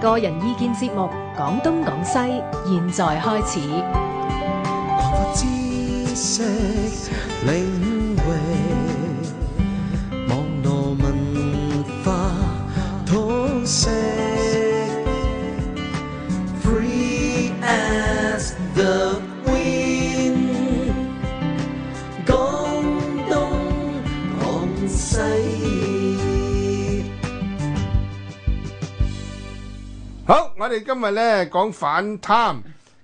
個人意見節目《講東講西》，現在開始。擴闊知識領域，網絡文化通識，free as the wind。講東講西。好，我哋今日咧講反貪，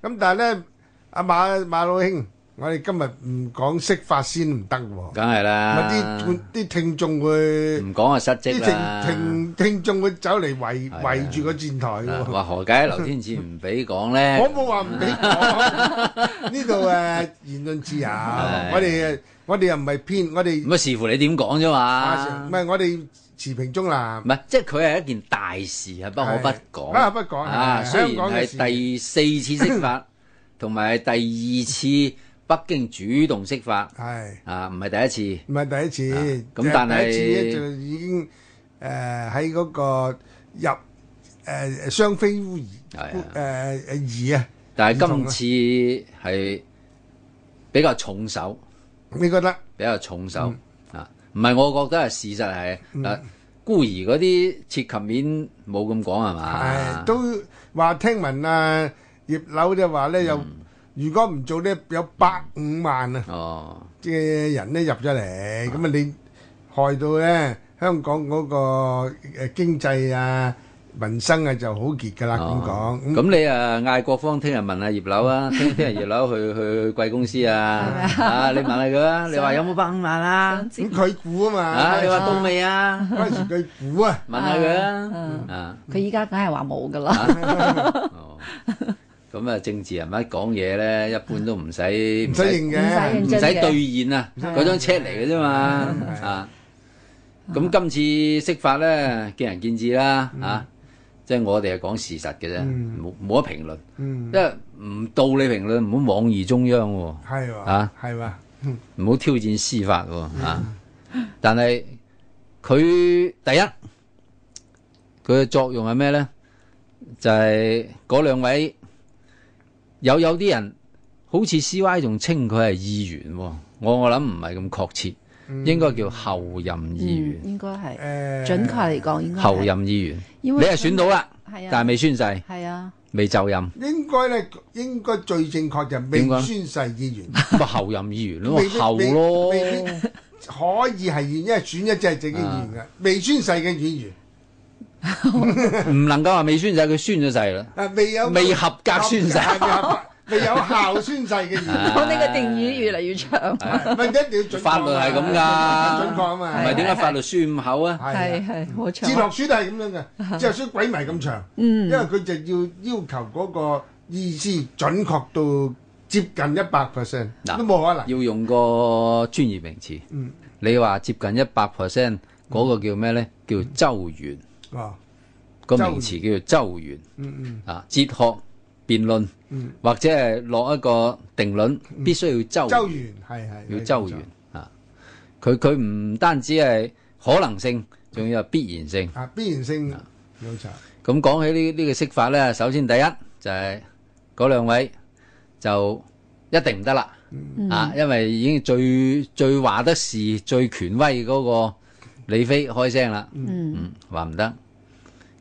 咁但係咧，阿馬馬老兄，我哋今日唔講釋法先唔得喎，梗係咪啦，啲啲聽眾會，唔講啊失啲職啦。聽聽聽眾會走嚟圍係啊圍住個戰台啊喎。話何解劉天賜唔俾講咧我？冇話唔俾 講，呢度誒言論自由，係我哋誒我哋又唔係偏，我哋咁啊視乎你點講啫啊唔嘛。係我哋持平中立唔。係，即係佢係一件大事，係不可不講。係不可不講啊，係雖然香港嘅事係第四次 釋法，同埋第二次北京主動釋法，係。啊，唔係第一次。唔係第一次，啊咁即係但係第一次咧就已經誒喺嗰個入誒、呃、雙飛烏兒係啊誒誒兒啊，但係今次係比較重手。你覺得比較重手、嗯啊，唔係我覺得係事實係嗱、孤兒嗰啲切琴面冇咁講誒、係嘛？都話聽聞啊葉劉就話咧有，如果唔做咧有百五萬啊哦，嘅人咧入咗嚟，咁啊你害到咧香港嗰個誒經濟啊民生啊就好結㗎啦咁哦講，咁嗯咁你啊嗌各方聽日問下葉 劉啊，聽聽日葉劉去去去貴公司啊，啊你問下 佢啊，你話有冇百五萬啊？咁佢估啊嘛，啊你話到嗰未啊？陣時佢估啊。問下佢啊，啊佢依家梗係話冇噶啦， 嗯哦，咁啊政治人物講嘢咧，一般都唔使唔使認啊唔使認，嘅唔使兌現啊，嗰張 check 嚟嘅啫嘛係啊！咁今次釋法咧，見仁見智啦嚇，即係我哋係講事實嘅啫，嗯冇冇得評論，嗯因，為唔到你評論，唔好妄議中央喎，係喎啊，係喎，唔好挑戰司法喎啊！但係佢第一，佢嘅作用係咩咧？就係嗰兩位有有啲人好似 C.Y. 仲稱佢係議員喎，我我諗唔係咁確切，應該叫後任議嗯，員，應該係誒準確嚟講應該係後任議員，嗯因你為係選到啦，係啊但係未宣誓，係啊，未就任，應該咧，應該最正確就係點講未咧宣誓議員，咁啊後任議員咯未必，後未咯，未必可以係因為選一隻係正經議啊員嘅，未宣誓嘅議員唔能夠話未宣誓，佢宣咗誓啦，啊，未有未合格宣誓。啊合格未 有效宣誓嘅議員，哦我呢個定義越嚟越長，咪一定要準確啊嘛法律係咁㗎準確啊嘛，唔係點解法律書咁厚啊？係係啊。係好哲學長，書都係咁樣嘅，哲學書鬼迷咁長，因為佢就要要求嗰個意思準確到接近一百 percent，嗱都冇可能。要用個專業名詞。嗯你話接近一百 percent 嗰個叫咩呢？叫周圓，哦，個名詞叫做周圓嗯嗯啊。哲學辯論嗯，或者係落一個定論，必須要周周圓圓，係係要周圓啊。佢佢唔單止係可能性，仲要係必然性。啊，必然性有錯。咁講起呢呢個釋法呢，首先第一就係嗰兩位就一定唔得啦，啊，因為已經最最話得事、最權威嗰個李飛開聲啦，嗯，嗯，話唔得，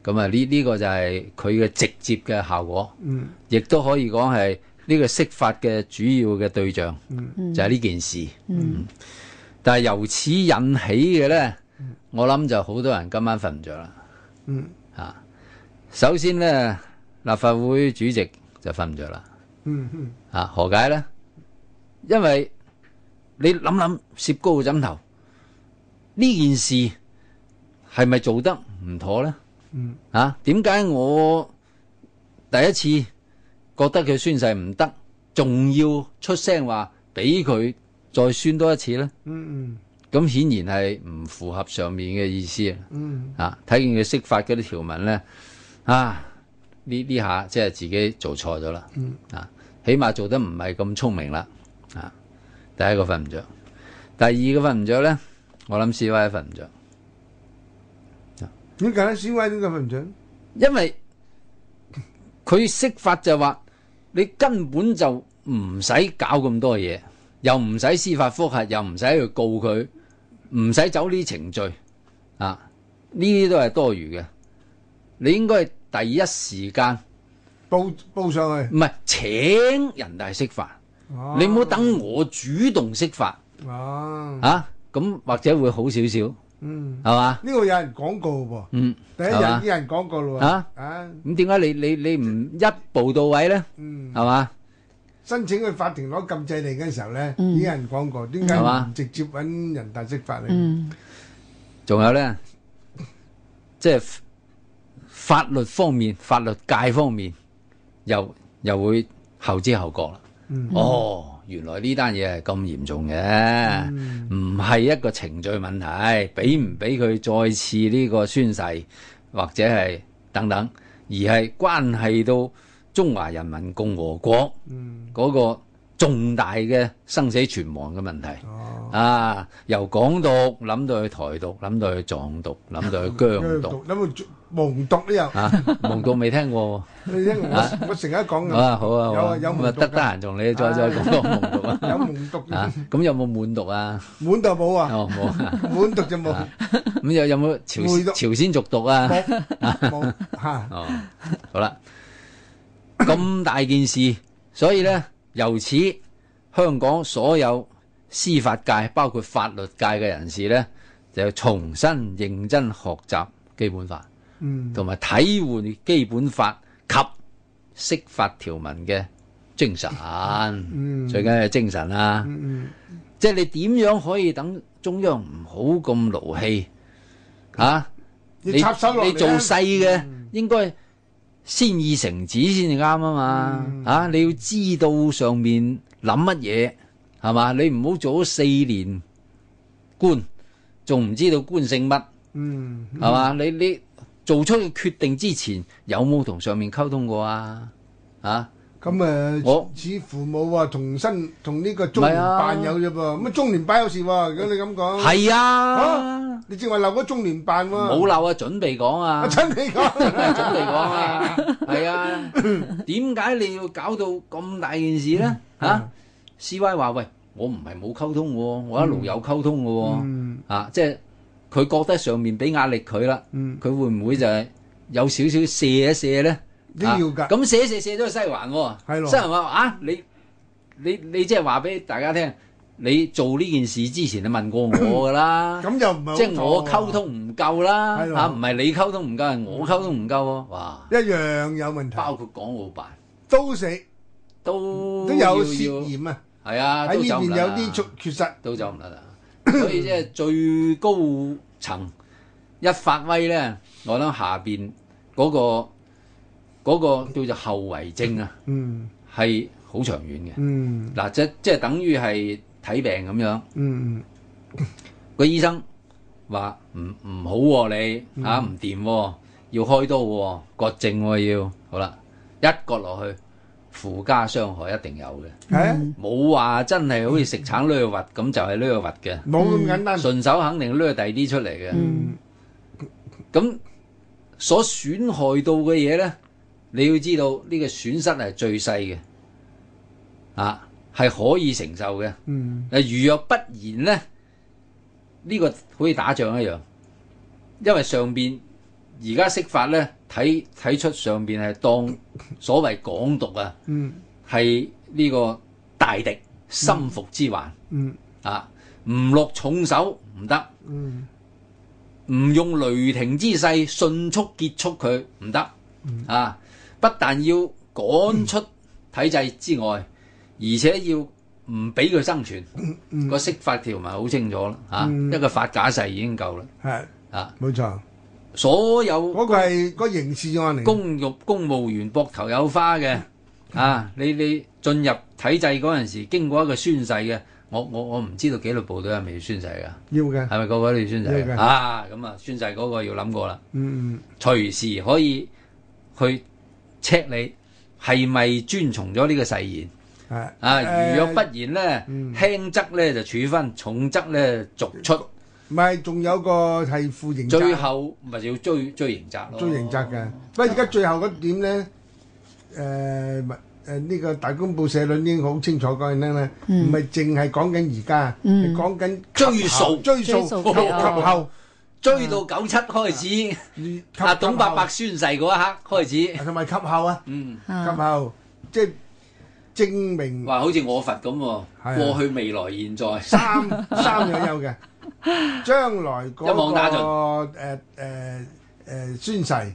咁啊呢呢個就係佢嘅直接嘅效果，嗯亦都可以講係呢個釋法嘅主要嘅對象，就係呢件事，嗯，但係由此引起嘅呢，我諗就好多人今晚瞓唔着啦。嗯啊，首先呢，立法會主席就瞓唔着啦。嗯嗯啊，何解呢？因為你諗諗，攝高個枕頭，呢件事係咪做得唔妥呢？嗯，啊，點解我第一次覺得佢宣誓唔得，仲要出聲話俾佢再宣多一次呢？嗯咁顯然係唔符合上面嘅意思啊！嗯啊，睇見佢釋法嗰啲條文咧，啊，呢呢下即係自己做錯咗啦，啊，起碼做得唔係咁聰明啦，啊，第一個瞓唔着，第二個瞓唔着咧，我諗 C Y 瞓唔着，嗯，點解咧？小威點解瞓唔準？因為佢釋法就話你根本就唔使搞咁多嘢，又唔使司法覆核，又唔使去告佢，唔使走呢程序啊！呢啲都係多餘嘅。你應該係第一時間，報報上去。唔係請人大釋法，你唔好等我主動釋法啊，啊！咁或者會好少少，係嗯，嘛？呢個有人講過喎，嗯，第一係日嘛已經有人講過咯喎。啊啊，咁點解你你你唔一步到位咧？嗯，係嘛？申請去法庭攞禁制令嘅時候咧，嗯已經有人講過，點解係嘛唔直接揾人大釋法咧？嗯，仲有咧，即係法律方面、法律界方面，又又會後知後覺啦。嗯哦，原來呢單嘢係咁嚴重嘅，唔係、一個程序問題，俾唔俾佢再次呢個宣誓，或者係等等，而係關係到中華人民共和國嗯，嗰個重大嘅生死存亡嘅問題。哦，啊，由港獨諗到去台獨，諗到去藏獨，諗到去疆獨咁啊，蒙讀都有。啊，蒙獨未聽過你聽我我成日講喎。嘅，好啊，好啊，好有啊啊有咁啊，蒙得獨得閒同你再再講講蒙獨啊。有蒙讀啊嘅，，咁有冇滿獨啊？滿就冇啊，哦，冇啊。滿讀就冇，咁有有冇朝梅毒朝鮮族獨啊？冇 冇嚇，哦，好啦，咁大件事，所以呢，由此香港所有司法界，包括法律界嘅人士呢，就要重新認真學習基本法，嗯同埋體會基本法及釋法條文嘅精神，嗯最緊要係精神啦、嗯即係你點樣可以等中央唔好咁勞氣啊？嗯，要插手落嚟嗯你做呢細嘅應該先意成子先至啱啊嘛，嗯啊你要知道上面諗乜嘢係嘛？你唔好做咗四年官，仲唔知道官姓乜嗯係嘛？你你做出嘅決定之前有冇同上面溝通過啊？啊，咁啊，我似乎冇啊，同新同呢個中聯唔辦係啊有啫噃，咁中聯辦有事喎，如果你咁講，係啊啊，你正話鬧咗中聯辦喎，冇漏啊，準備講啊啊，。真你講，準備 講啊，係啊，點解你要搞到咁大件事咧？嗯嚇，C.Y. 話喂，我唔係冇溝通喎，我一路有溝通嘅喎，嗯啊，即係佢覺得上面俾壓力佢啦，嗯佢會唔會就係有少少卸一卸咧？都要㗎啊咁卸一卸卸咗去西環喎，係咯西環話啊，你你你即係話俾大家聽，你做呢件事之前你問過我㗎啦。嗯咁又唔係好即係我妥喎啊溝通唔夠啦，啊係咯嚇唔係你溝通唔夠，係我溝通唔夠喎，哇！一樣有問題，包括港澳辦都死都都有涉要要嫌啊，係啊，喺都呢走邊唔甩有啦啲缺缺失，都走唔甩啦。所以即係最高層一發威咧，我諗下邊嗰、個嗰、個叫做後遺症啊，嗯係好長遠嘅。嗯嗱、即即係等於係睇病咁樣。嗯個醫生話唔唔好喎、你嚇唔掂喎，要開刀喎、割症喎、要好啦，一割落去附加傷害一定有嘅，嗯，係啊，冇話真係好似食橙攣核咁就係攣核嘅，冇咁簡單，順手肯定攣第二啲出嚟嘅，咁、所損害到嘅嘢呢，你要知道呢個損失係最細嘅，啊係可以承受嘅。嗯嗱，如若不然咧，呢、個好似打仗一樣，因為上邊而家釋法咧，睇睇出上邊係當所謂港獨啊，嗯係呢個大敵心腹之患、嗯啊，唔落重手唔得，嗯唔用雷霆之勢迅速結束佢唔得啊！不但要趕出體制之外，而且要唔俾佢生存。個釋法條文好清楚啦，啊，嗯一個法假誓已經夠啦，係啊，冇錯，所有嗰個係個刑事案嚟嘅，公務公務員膊頭有花嘅，啊，你你進入體制嗰陣時，經過一個宣誓嘅，我我我唔知道紀律部隊係咪要宣誓㗎，要嘅，係咪個個都要宣誓要㗎？嘅啊，咁啊，宣誓嗰個要諗過啦。嗯嗯隨時可以去 check 你係咪遵從咗呢個誓言係啊？誒如若不然咧，嗯輕則咧就處分，重則咧逐出，唔係，仲有個係副刑責最後咪就要追追刑責咯。追刑責嘅。不過而家最後嗰點咧，誒物誒呢個大公報社論已經好清楚講緊咧，唔係淨係講緊而家，係講緊追溯追溯追及溯及期啊後，追到嗯九七開始，及阿董伯伯及宣誓嗰一刻開後始，同埋及後啊，嗯，及啊，後即係證明話好似我佛咁喎，嗯係啊哦過去、未來、現在。三三樣有嘅，將來嗰、一網打個誒誒誒宣誓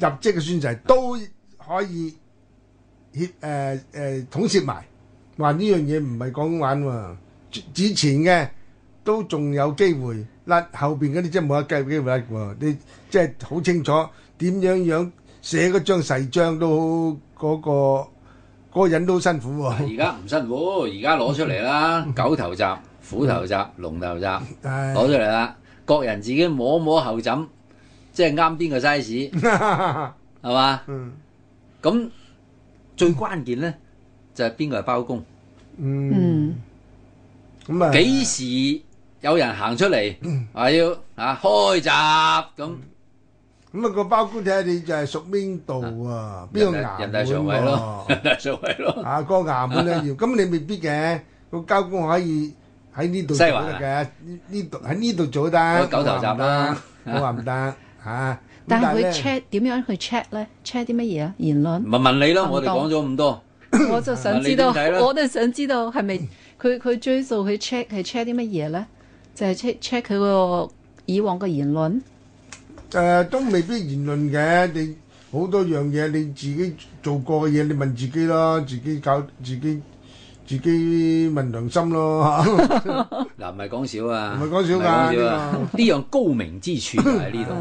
入職嘅宣誓都可以協誒誒統攝埋，話呢樣嘢唔係講玩喎，之之前嘅都仲有機會甩，後邊嗰啲真係冇得計機會甩喎，你即係好清楚點樣樣寫嗰張誓章都嗰、個嗰、個人都辛苦喎。而家唔辛苦，而家攞出嚟啦，嗯狗頭鍘、虎頭鍘、龍頭鍘唉攞出嚟啦，各人自己摸摸後枕，即係啱邊個 size 係嘛？嗯咁最關鍵呢，就係邊個係包公，嗯，嗯，咁啊，幾時有人行出嚟話要啊開閘咁？ 咁啊個包公睇下你就係屬邊度喎，邊個衙人大門人大常委 咯，喎人大常委咯，啊個衙門咧要，咁你未必嘅，個交公可以喺呢度西做環得嘅，呢呢度喺呢度做得，我九頭集啦我話唔得，我話唔得嚇。但咁係咧佢 check 點樣去 check 咧？check 啲乜嘢啊？言 論？咪問你咯，我哋行動講咗咁多，我就想知道，你點睇 咧我哋想知道係咪佢佢追溯佢 check 係 check 啲乜嘢咧？就係 check check 佢個以往嘅言論。誒、都未必言論嘅，你好多樣嘢你自己做過嘅嘢，你問自己咯，自己搞自己自己問良心咯，嗱唔係講少啊，唔係講少㗎唔係講少啊呢呢樣高明之處就喺呢度。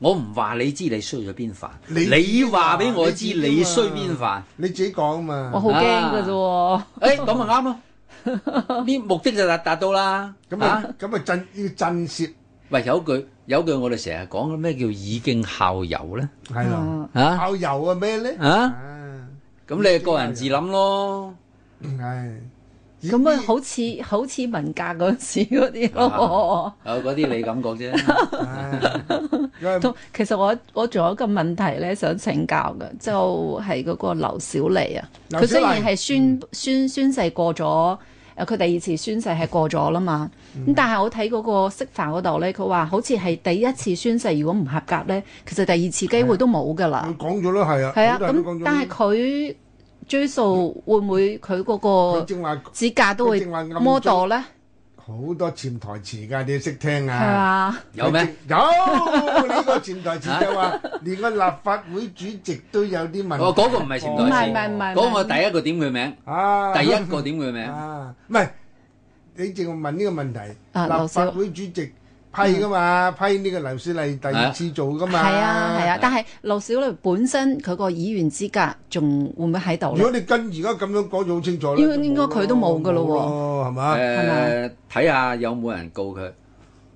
我唔話你知你衰咗邊瓣，你你話俾我知知啊㗎嘛你衰邊瓣，你自己講啊嘛。我好驚㗎啫喎，誒咁咪啱咯。呢目的就達達到啦。咁啊啊，咁啊震要震攝喂，有句有句我哋成日講嘅咩叫以敬效尤咧？係啦，啊啊烤油啊咩咧？啊，啊，咁你個人自諗咯。係咁啊，好似好似文革嗰陣時嗰啲咯。啊，嗰啲你感覺啫。À. 好同其實我我仲有一個問題咧，想請教嘅，就係、嗰個劉小麗啊，劉佢小麗嗯雖然係宣宣宣誓過咗，誒佢第二次宣誓係過咗啦嘛，嗯咁、但係我睇嗰個釋法嗰度咧，佢話好似係第一次宣誓，如果唔合格咧，其實第二次機會都冇㗎啦佢。講咗咯，係啊，係啊，好多人都講咁咗但係佢追溯會唔會佢嗰佢個正話指甲都佢會正話暗中摸到咧？好多潛台詞㗎，你識聽係啊？啊，有咩？有呢個潛台詞就話，連個立法會主席都有啲問題。哦嗰個唔係唔係潛台唔係唔係，嗰個我第一個點佢名，啊，第一個點佢名。啊，唔係你淨係問呢個問題，啊立劉法少會主席批㗎嘛，批呢個劉小麗第二次做㗎嘛。係啊係啊，但係劉小麗本身佢個議員資格仲會唔會喺度如咧果？你跟而家咁樣講就好清楚啦，應應該佢都冇㗎咯喎喎，係嘛？Ờ, 誒，睇下有冇人告佢。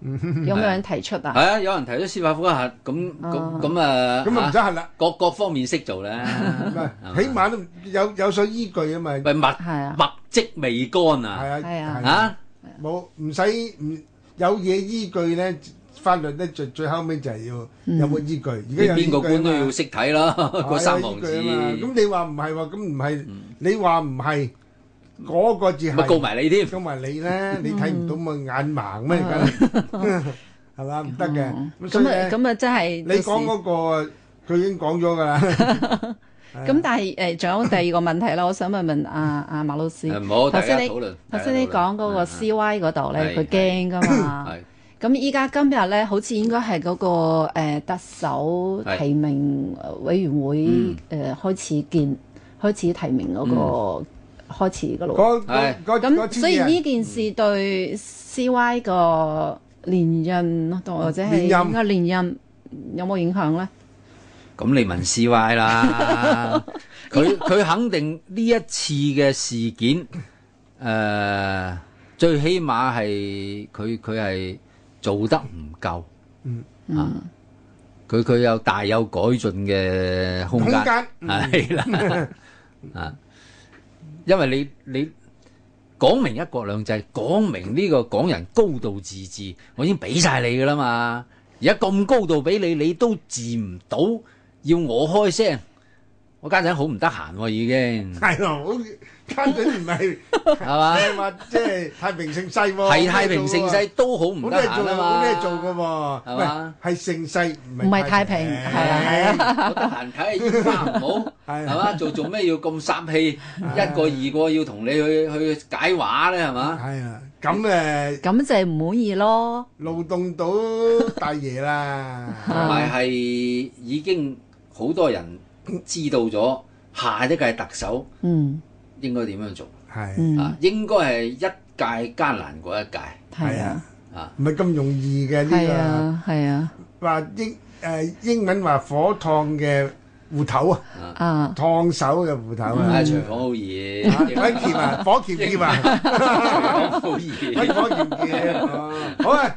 嗯有冇人提出啊？係啊，有人提咗司法覆核，咁咁哦咁啊，咁啊唔啊得係啦。各各方面識做咧。唔係起碼都有有所依據啊嘛。係喂，墨係啊墨跡未乾啊！啊，係啊係啊，冇唔使唔有嘢依據咧，法律咧最最後尾就係要有冇依據。你而家有邊個依據啊官都嘛要識睇啦， 嗰三行字係有依據啊嘛咁你話唔係喎，咁唔係你話唔係嗰個字咪係告埋你添。咁埋你咧，你睇唔到咪眼盲咩？ 而家係嘛唔得嘅。咁所以咁啊咧，咁啊，真係你講嗰個佢已經講咗 㗎啦。咁，但係誒，仲有第二個問題啦，我想問問阿阿馬老師誒唔好，頭大家先你討論。頭先你講嗰 Ờ, 個 C Y 嗰度咧，係佢驚㗎嘛？係咁依家今日咧，好似應該係嗰個誒特首係提名委員會嗯誒嗯開始見，開始提名嗰個開始㗎咯喎。嗰係嗰嗰嗰嗯咁千所以幾人呢件事對 CY 個連任啊或者係嗯連任應該連任有冇影響咧？咁你問 C Y 啦，佢佢肯定呢一次嘅事件，誒最起碼係佢佢係做得唔夠，嗯啊，佢佢有大有改進嘅空間空，間嗯係啦，啊，因為你你講明一國兩制，講明呢個港人高度自治，我已經俾晒你噶啦嘛。而家咁高度俾你，你都治唔到，要我開聲，我家陣好唔得閒喎，已經係咯，好根本唔 係係 嘛？係話即係太平盛世喎，係太平盛世都好唔好得多嘢閒做啊㗎，嘛，好多嘢做㗎喎，係喂嘛係盛世唔唔係係太平係啊係啊，我得閒睇下煙花唔好， 係嘛？做做咩要咁煞氣？一個二個要同你去去解話咧，係嘛？係啊，咁誒咁就係唔滿意咯。勞動到大爺啦， 同埋係已經好多人知道咗下一屆特首嗯應該點樣做係嗯啊？，應該係一屆艱難過一屆係係啊啊，啊！唔係咁容易嘅係呢啊，係啊，個話英誒英文話火燙嘅芋頭啊，啊燙手嘅芋頭嗯啊啊，。廚房好 易，啊鬼劍 啊，火劍劍啊，廚房好易。鬼 火劍 劍，哦好啊！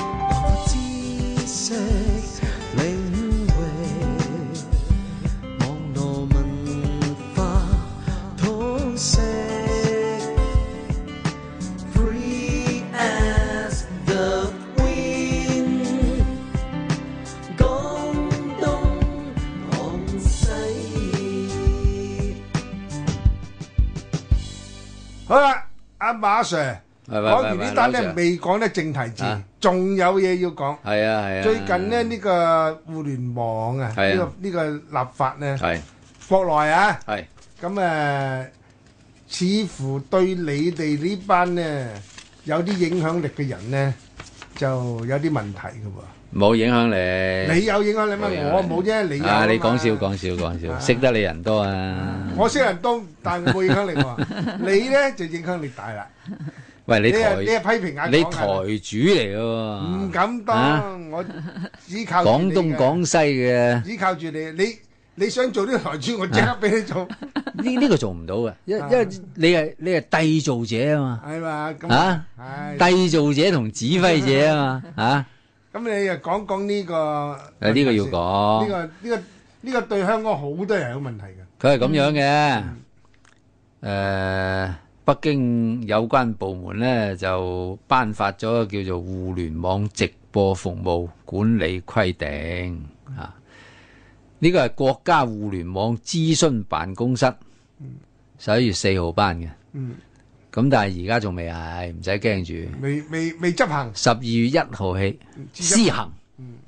知識領域，網絡文化通識，free as the wind，廣東廣西。好啦，阿馬 Sir 喂喂講完喂呢喂單劉咧， Sir 未講得正題字啊，仲有嘢要講。係啊係啊。最近咧呢個互聯網啊，係呢啊個呢個立法咧，係國內啊，係咁誒，似乎對你哋呢班咧有啲影響力嘅人咧，就有啲問題嘅喎。冇影響你。你有影響力咩？有影響力我冇啫，你有啊！你嘛講笑講笑講笑，啊識得你人多啊！我識人多，但我冇影響力 喎。你咧就影響力大啦。喂，你你係台你係批評下你講台下主啦嚟嘅唔喎，敢啊當，我只靠住廣你東嘅廣西嘅依靠住你，你你想做呢個台主，我即刻俾你做，呢呢個做唔到嘅，因啊因為你係你係締造者啊嘛，係嘛？咁啊唉締造者同指揮者啊嘛，啊咁你又講講呢個？誒呢個要呢講，個呢個呢個對香港好多人有問題嘅。佢係咁樣嘅，誒北京有關部門咧就頒發咗個叫做互聯網直播服務管理規定啊，呢個係國家互聯網諮詢辦公室十一月四號頒嘅，嗯，咁但係而家仲未係，唔使驚住。未未未執行，十二月一號起知嗯施行，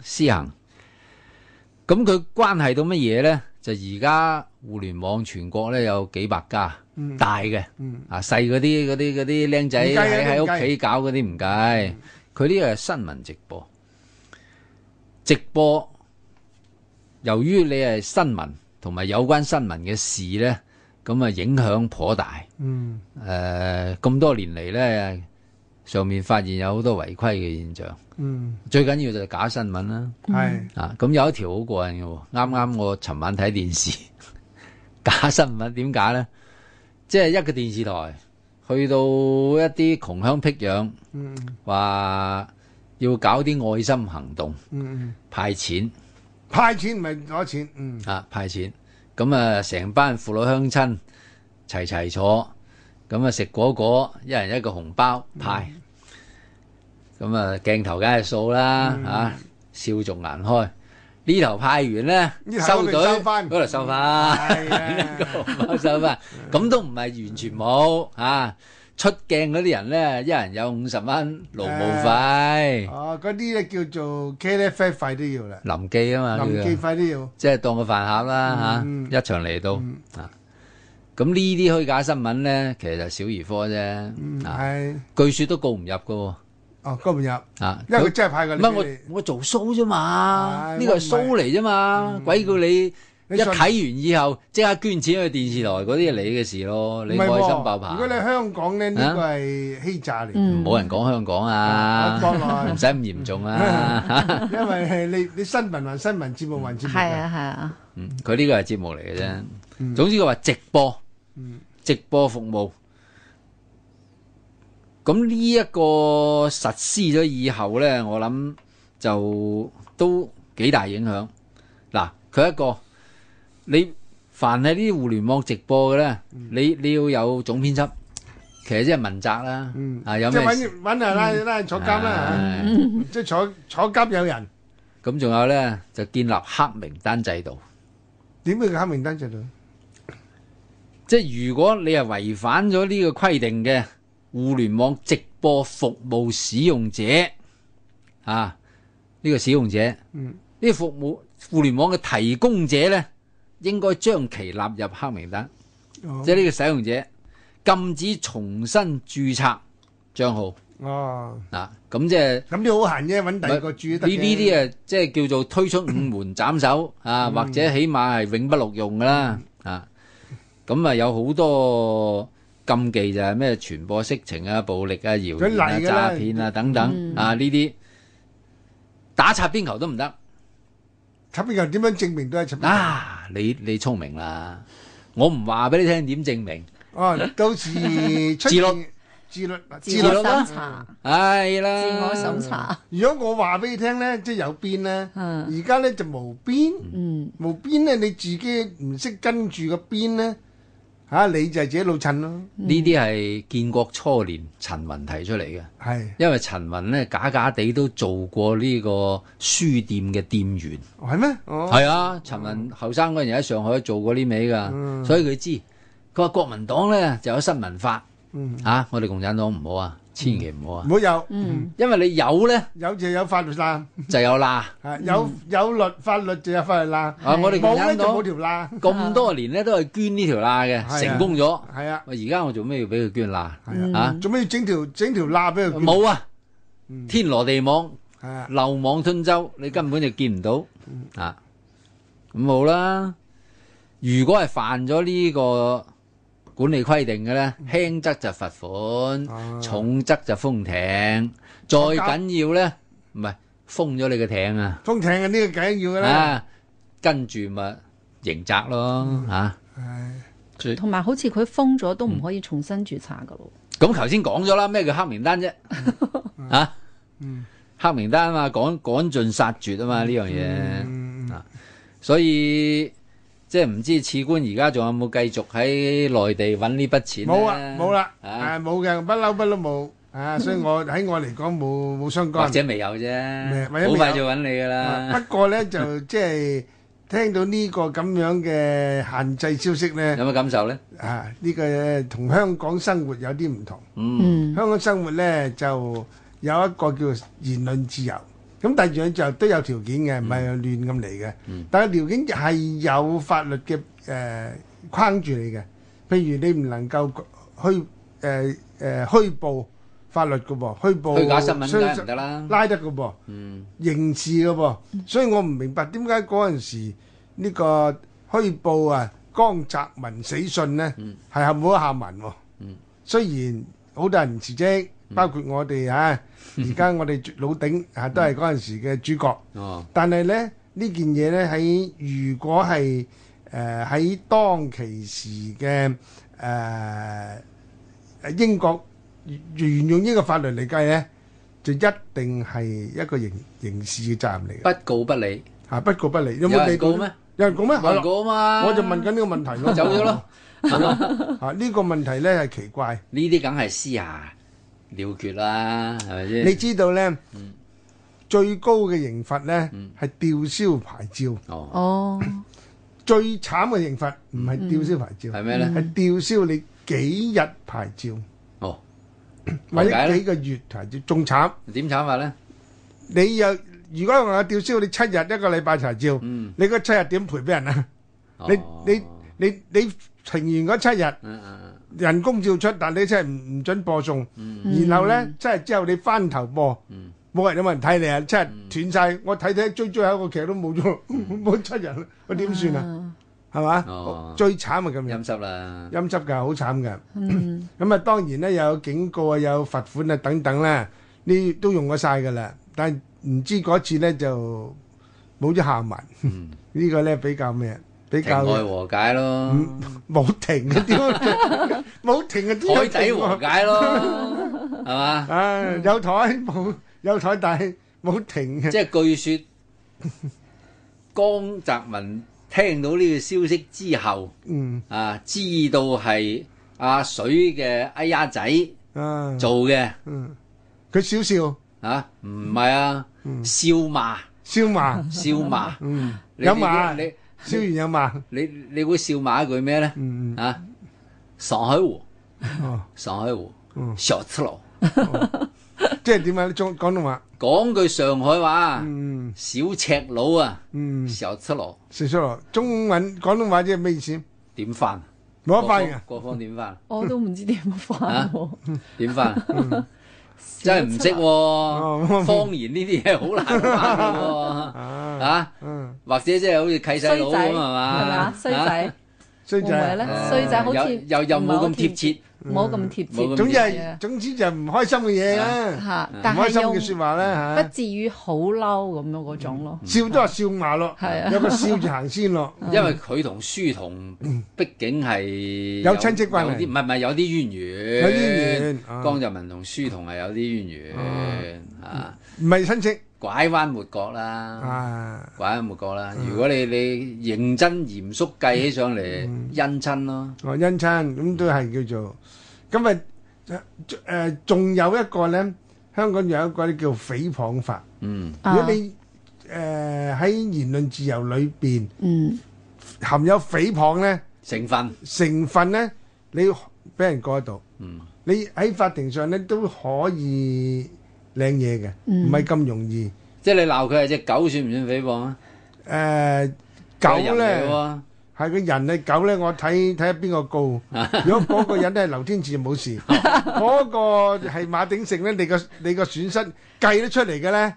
施行。咁佢關係到乜嘢呢？就而家互聯網全國呢有幾百家，大嘅嗯啊細嗰啲嗰啲嗰啲僆仔唔計啊喺都唔嗯計喺屋企搞嗰啲唔計，佢呢個係新聞直播，直播由於你係新聞同埋有關新聞嘅事呢，咁啊影響頗大。嗯，誒呃咁多年嚟咧，上面發現有好多違規嘅現象，嗯，最緊要就係假新聞啦。係啊，咁有一條好過癮嘅喎，啱啱我尋晚睇電視， 假新聞點解呢？即係一個電視台去到一啲窮鄉僻壤，嗯嗯話要搞啲愛心行動嗯，派錢派錢唔係攞錢，嗯啊派錢，咁啊成班父老鄉親齊齊坐，咁啊食果果，一人一個紅包派，咁啊鏡頭梗係掃啦嚇、啊笑逐顏開。呢頭派完咧，呢頭收嗰邊隊收返嗰度收翻，係啊 呢個紅包收翻，咁都唔係完全冇啊！出鏡嗰啲人咧，一人有五十蚊勞務費，哦，嗰啲咧叫做 K F 費費都要啦，臨記啊嘛，呢個臨記費都要，即係當個飯盒啦嚇、嗯一場嚟到、啊。咁呢啲虛假新聞呢，其實就小兒科嗯啫。啊，係，據說都告唔入嘅喎。哦，高唔入，啊，因為佢佢真係派個唔你係俾我我做 show 啫嘛，唉呢個係我 show 唔係嗯嚟啫嘛，鬼叫你你一信睇完以後即刻捐錢去電視台嗰啲係你嘅事咯，你，你唔係開心喎爆棚如。果你香港咧，呢個係欺詐嚟，嗯，冇人講香港啊啊，國內唔使咁嚴重 啊。因為係你你新聞還新聞，節目還節目係嘅，啊係啊，嗯佢呢個係節目嚟嘅嗯啫。總之佢話直播，直播服務。咁呢一個實施咗以後呢，我諗就都幾大影響。嗱，佢一個你凡係呢啲互聯網直播嘅咧，嗯你你要有總編輯，其實即係問責啦。啊，有嗯即咩係事揾揾人拉拉人坐監啦唉嚇即係坐坐監有人咁仲有咧，就建立黑名單制度。點解叫黑名單制度？即係如果你係違反咗呢個規定嘅互聯網直播服務使用者啊，呢、個使用者，嗯呢個服務互聯網嘅提供者咧，應該將其納入黑名單，哦即係呢個使用者禁止重新註冊帳號哦，啊，咁即係。咁你好閒啫，揾第二個住呢都得嘅呢啲啊，即係叫做推出五門 斬首啊，或者起碼係永不錄用噶啦啊。咁啊，有好多禁忌就係咩傳播色情啊、暴力啊、謠言啊、佢嚟㗎啦詐騙啊等等啊呢啲，打擦邊球都唔得插邊球點樣證明都係插邊球？啊！你你聰明啦，我唔話俾你聽點證明，哦，到時出自現律自律自自律我律啦審查，係啦，自我審查，如果我話俾你聽咧，即係有邊咧，嗯而家咧就無邊，嗯，無邊咧你自己唔識跟住個邊咧，嚇、你就係自己老襯咯，呢啲係建國初年陳雲提出嚟嘅。係因為陳雲咧假假地都做過呢個書店嘅店員，係咩？哦，係啊，陳雲後生嗰陣時喺上海都做過呢味㗎，嗯所以佢知。佢話國民黨咧就有新聞法，嗯啊，我哋共產黨唔好啊，千祈唔好啊唔，好有，嗯因為你 有咧有就有法律啦，就有啦。嚇、有有律法律就有法律啦，啊，我哋共冇咧產就冇黨條啦，咁多年咧都係捐呢條罅係啊 嘅，成功咗。係啊，喂，而家我做咩要俾佢捐罅係啊？做咩要整條整條罅俾佢？，冇啊，嗯天羅地網。係啊，漏網吞舟，你根本就見唔到啊！咁好啦，如果係犯咗呢個管理規定嘅咧，輕則就罰款，啊重則就封艇，再緊要咧，唔係封咗你個艇啊！封艇嘅呢個梗要嘅啦，啊，跟住咪刑責咯嚇。係同埋好似佢封咗都唔可以重新註冊噶咯。咁頭先講咗啦，咩叫黑名單啫？嗯啊，黑名單啊嘛，趕趕盡殺絕啊嘛呢樣嘢。啊嗯，所以即係唔知次官而家仲有冇繼續喺內地揾呢筆錢呢冇啊冇啦，啊嗯啊冇嘅，不嬲不嬲冇，啊，所以我喺我嚟講冇冇相或干。者未啊有未啫，或者未有啊好快就揾你噶啦。不過咧 就即係聽到呢個咁樣嘅限制消息咧，有乜 感受呢？啊呢、個同香港生活有啲唔同。嗯，嗯香港生活咧就有一個叫言論自由，咁但係言論自由都有條件嘅，唔係嗯亂咁嚟嘅。但係條件係有法律嘅誒、呃框住你嘅，譬如你唔能夠虛誒誒虛報法律嘅喎，虛報虛假新聞梗係相唔得啦。嗯拉得嘅噃，刑事嘅噃，所以我唔明白點解嗰陣時呢個虛報啊江澤民死訊呢嗯係冇得下文喎。雖然好多人辭職，嗯包括我哋 啊，而家我哋老頂啊都嗯係嗰陣時嘅主角，哦，但係呢呢件嘢呢，喺如果係誒喺當其時嘅誒誒英國沿用呢個法律嚟計呢，就一定係一個刑刑事嘅責任嚟嘅不告不理，嚇，不告不理。有有冇地人告告咩？？有人告咩？冇係人咯，告啊嘛。我就問緊呢個問題咯。 走咗咯。係咯，嚇呢個問題呢係奇怪。呢啲梗係私下了決啦，係咪先？你知道呢，嗯最高嘅刑罰呢係吊銷牌照，哦，哦，最慘嘅刑罰唔係吊銷牌照，嗯係咩呢？係吊銷你幾日牌照，哦，或點解者呢幾個月牌照，仲慘。點慘法呢？你又如果話我吊銷你七日一個禮拜牌照，嗯你嗰七日點賠俾人啊？哦你你你你停完嗰七日，嗯嗯人工照出，但你真係唔唔準播送。嗯然後呢，七日之後你翻頭播，冇人有冇人睇你啊？七嗯日斷晒，我睇睇追追下個劇都冇咗， 冇七日啦，我點算啊？係嘛哦？最慘啊咁嗯樣，陰濕啦。陰濕㗎，好慘㗎。咁啊，當然呢，又有警告啊，又有罰款啊等等啦，呢都用咗晒㗎啦。但係唔知嗰次呢就冇咗下文，嗯 呢個呢比較咩？比庭較外和解咯。冇停嘅點樣，冇停嘅點海樣底停和喎解 咯，係嘛？啊！有台冇有台，但係冇停嘅。即係據說江澤民聽到呢個消息之後，嗯啊，知道係阿水嘅哎呀仔啊，做嘅，嗯，佢少少啊，唔係啊，笑罵笑罵，笑罵，嗯，你有罵你笑完有罵，你你會笑罵一句咩咧？嗯啊，上海湖，哦，上海湖嗯，小赤佬，即係點啊？中廣東話，講句上海話，嗯小赤佬啊，嗯，小赤佬食出嚟，中文廣東話即係咩意思？點翻？冇得翻嘅，各方點翻？我哦都唔知點翻喎。點嗯翻？真係唔識哦喎，方言呢啲嘢好難翻嘅 喎，啊，嗯，或者即係好似契衰細佬仔咁係係咪嘛啊？？衰仔衰會唔會咧仔，？衰仔好有似又又冇咁貼切，冇咁貼切，冇咁總之係啊係總之就唔開心嘅嘢啦，嚇，唔但開心係嘅説又話嗯啦不嚇，至於好嬲咁樣嗰種咯。笑都係笑罵咯係，啊有個笑字行先咯，嗯因為佢同書童畢竟係嗯有親戚關係有啲唔係唔係有啲淵源，有淵源啊哦江澤民同書童係有啲淵源啊，唔係親戚拐彎抹角啦，啊，拐彎抹角啦。如果你你認真嚴肅計起上嗯嚟，恩親咯。哦，恩親咁都係叫做，咁啊誒仲有一個咧，香港有一個咧叫誹謗法。嗯如啊果你誒喺言論自由裏邊嗯，含有誹謗咧成分，成分咧，你俾人過得到，嗯，你喺法庭上咧都可以領嘢嘅，嗯唔係咁容易。即係你鬧佢係只狗，算唔算誹謗啊？誒狗佢係人嚟咧喎，係個人嘅狗咧，我睇睇下邊 個告。如果嗰個人咧係劉天賜冇事，嗰個係馬鼎盛咧，你個你個損失計得出嚟嘅咧，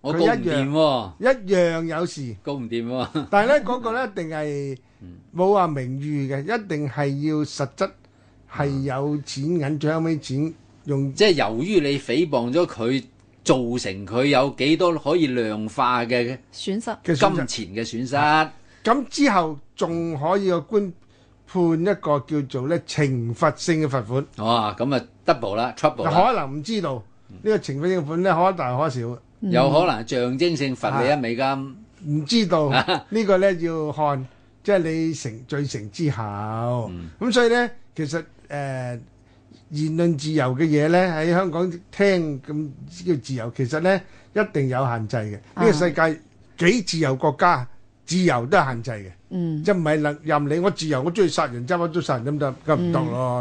我佢告唔一樣掂喎，一樣有事。告唔掂喎，但係咧，嗰個咧一定係嗯冇話名譽嘅，一定係要實質係有錢銀，最後尾錢用即係由於你誹謗咗佢，造成佢有幾多可以量化嘅損失嘅啊金選擇錢。嘅損失，咁之後仲可以個官判一個叫做咧懲罰性嘅罰款，哇！咁啊嗯 double 啦，trouble 啦，可能唔知道呢個懲罰性罰款咧可大可小，有可能象徵性罰啊你一美金，唔知道呢個咧要看，即係你成罪成之後。咁所以咧，其實誒言論自由嘅嘢咧，喺香港聽咁叫自由，其實咧一定有限制嘅。呢個世界幾自由國家，自由都係限制嘅，嗯。即係唔係任任你我自由，我中意殺人啫，我中意殺人得唔得？咁唔得咯。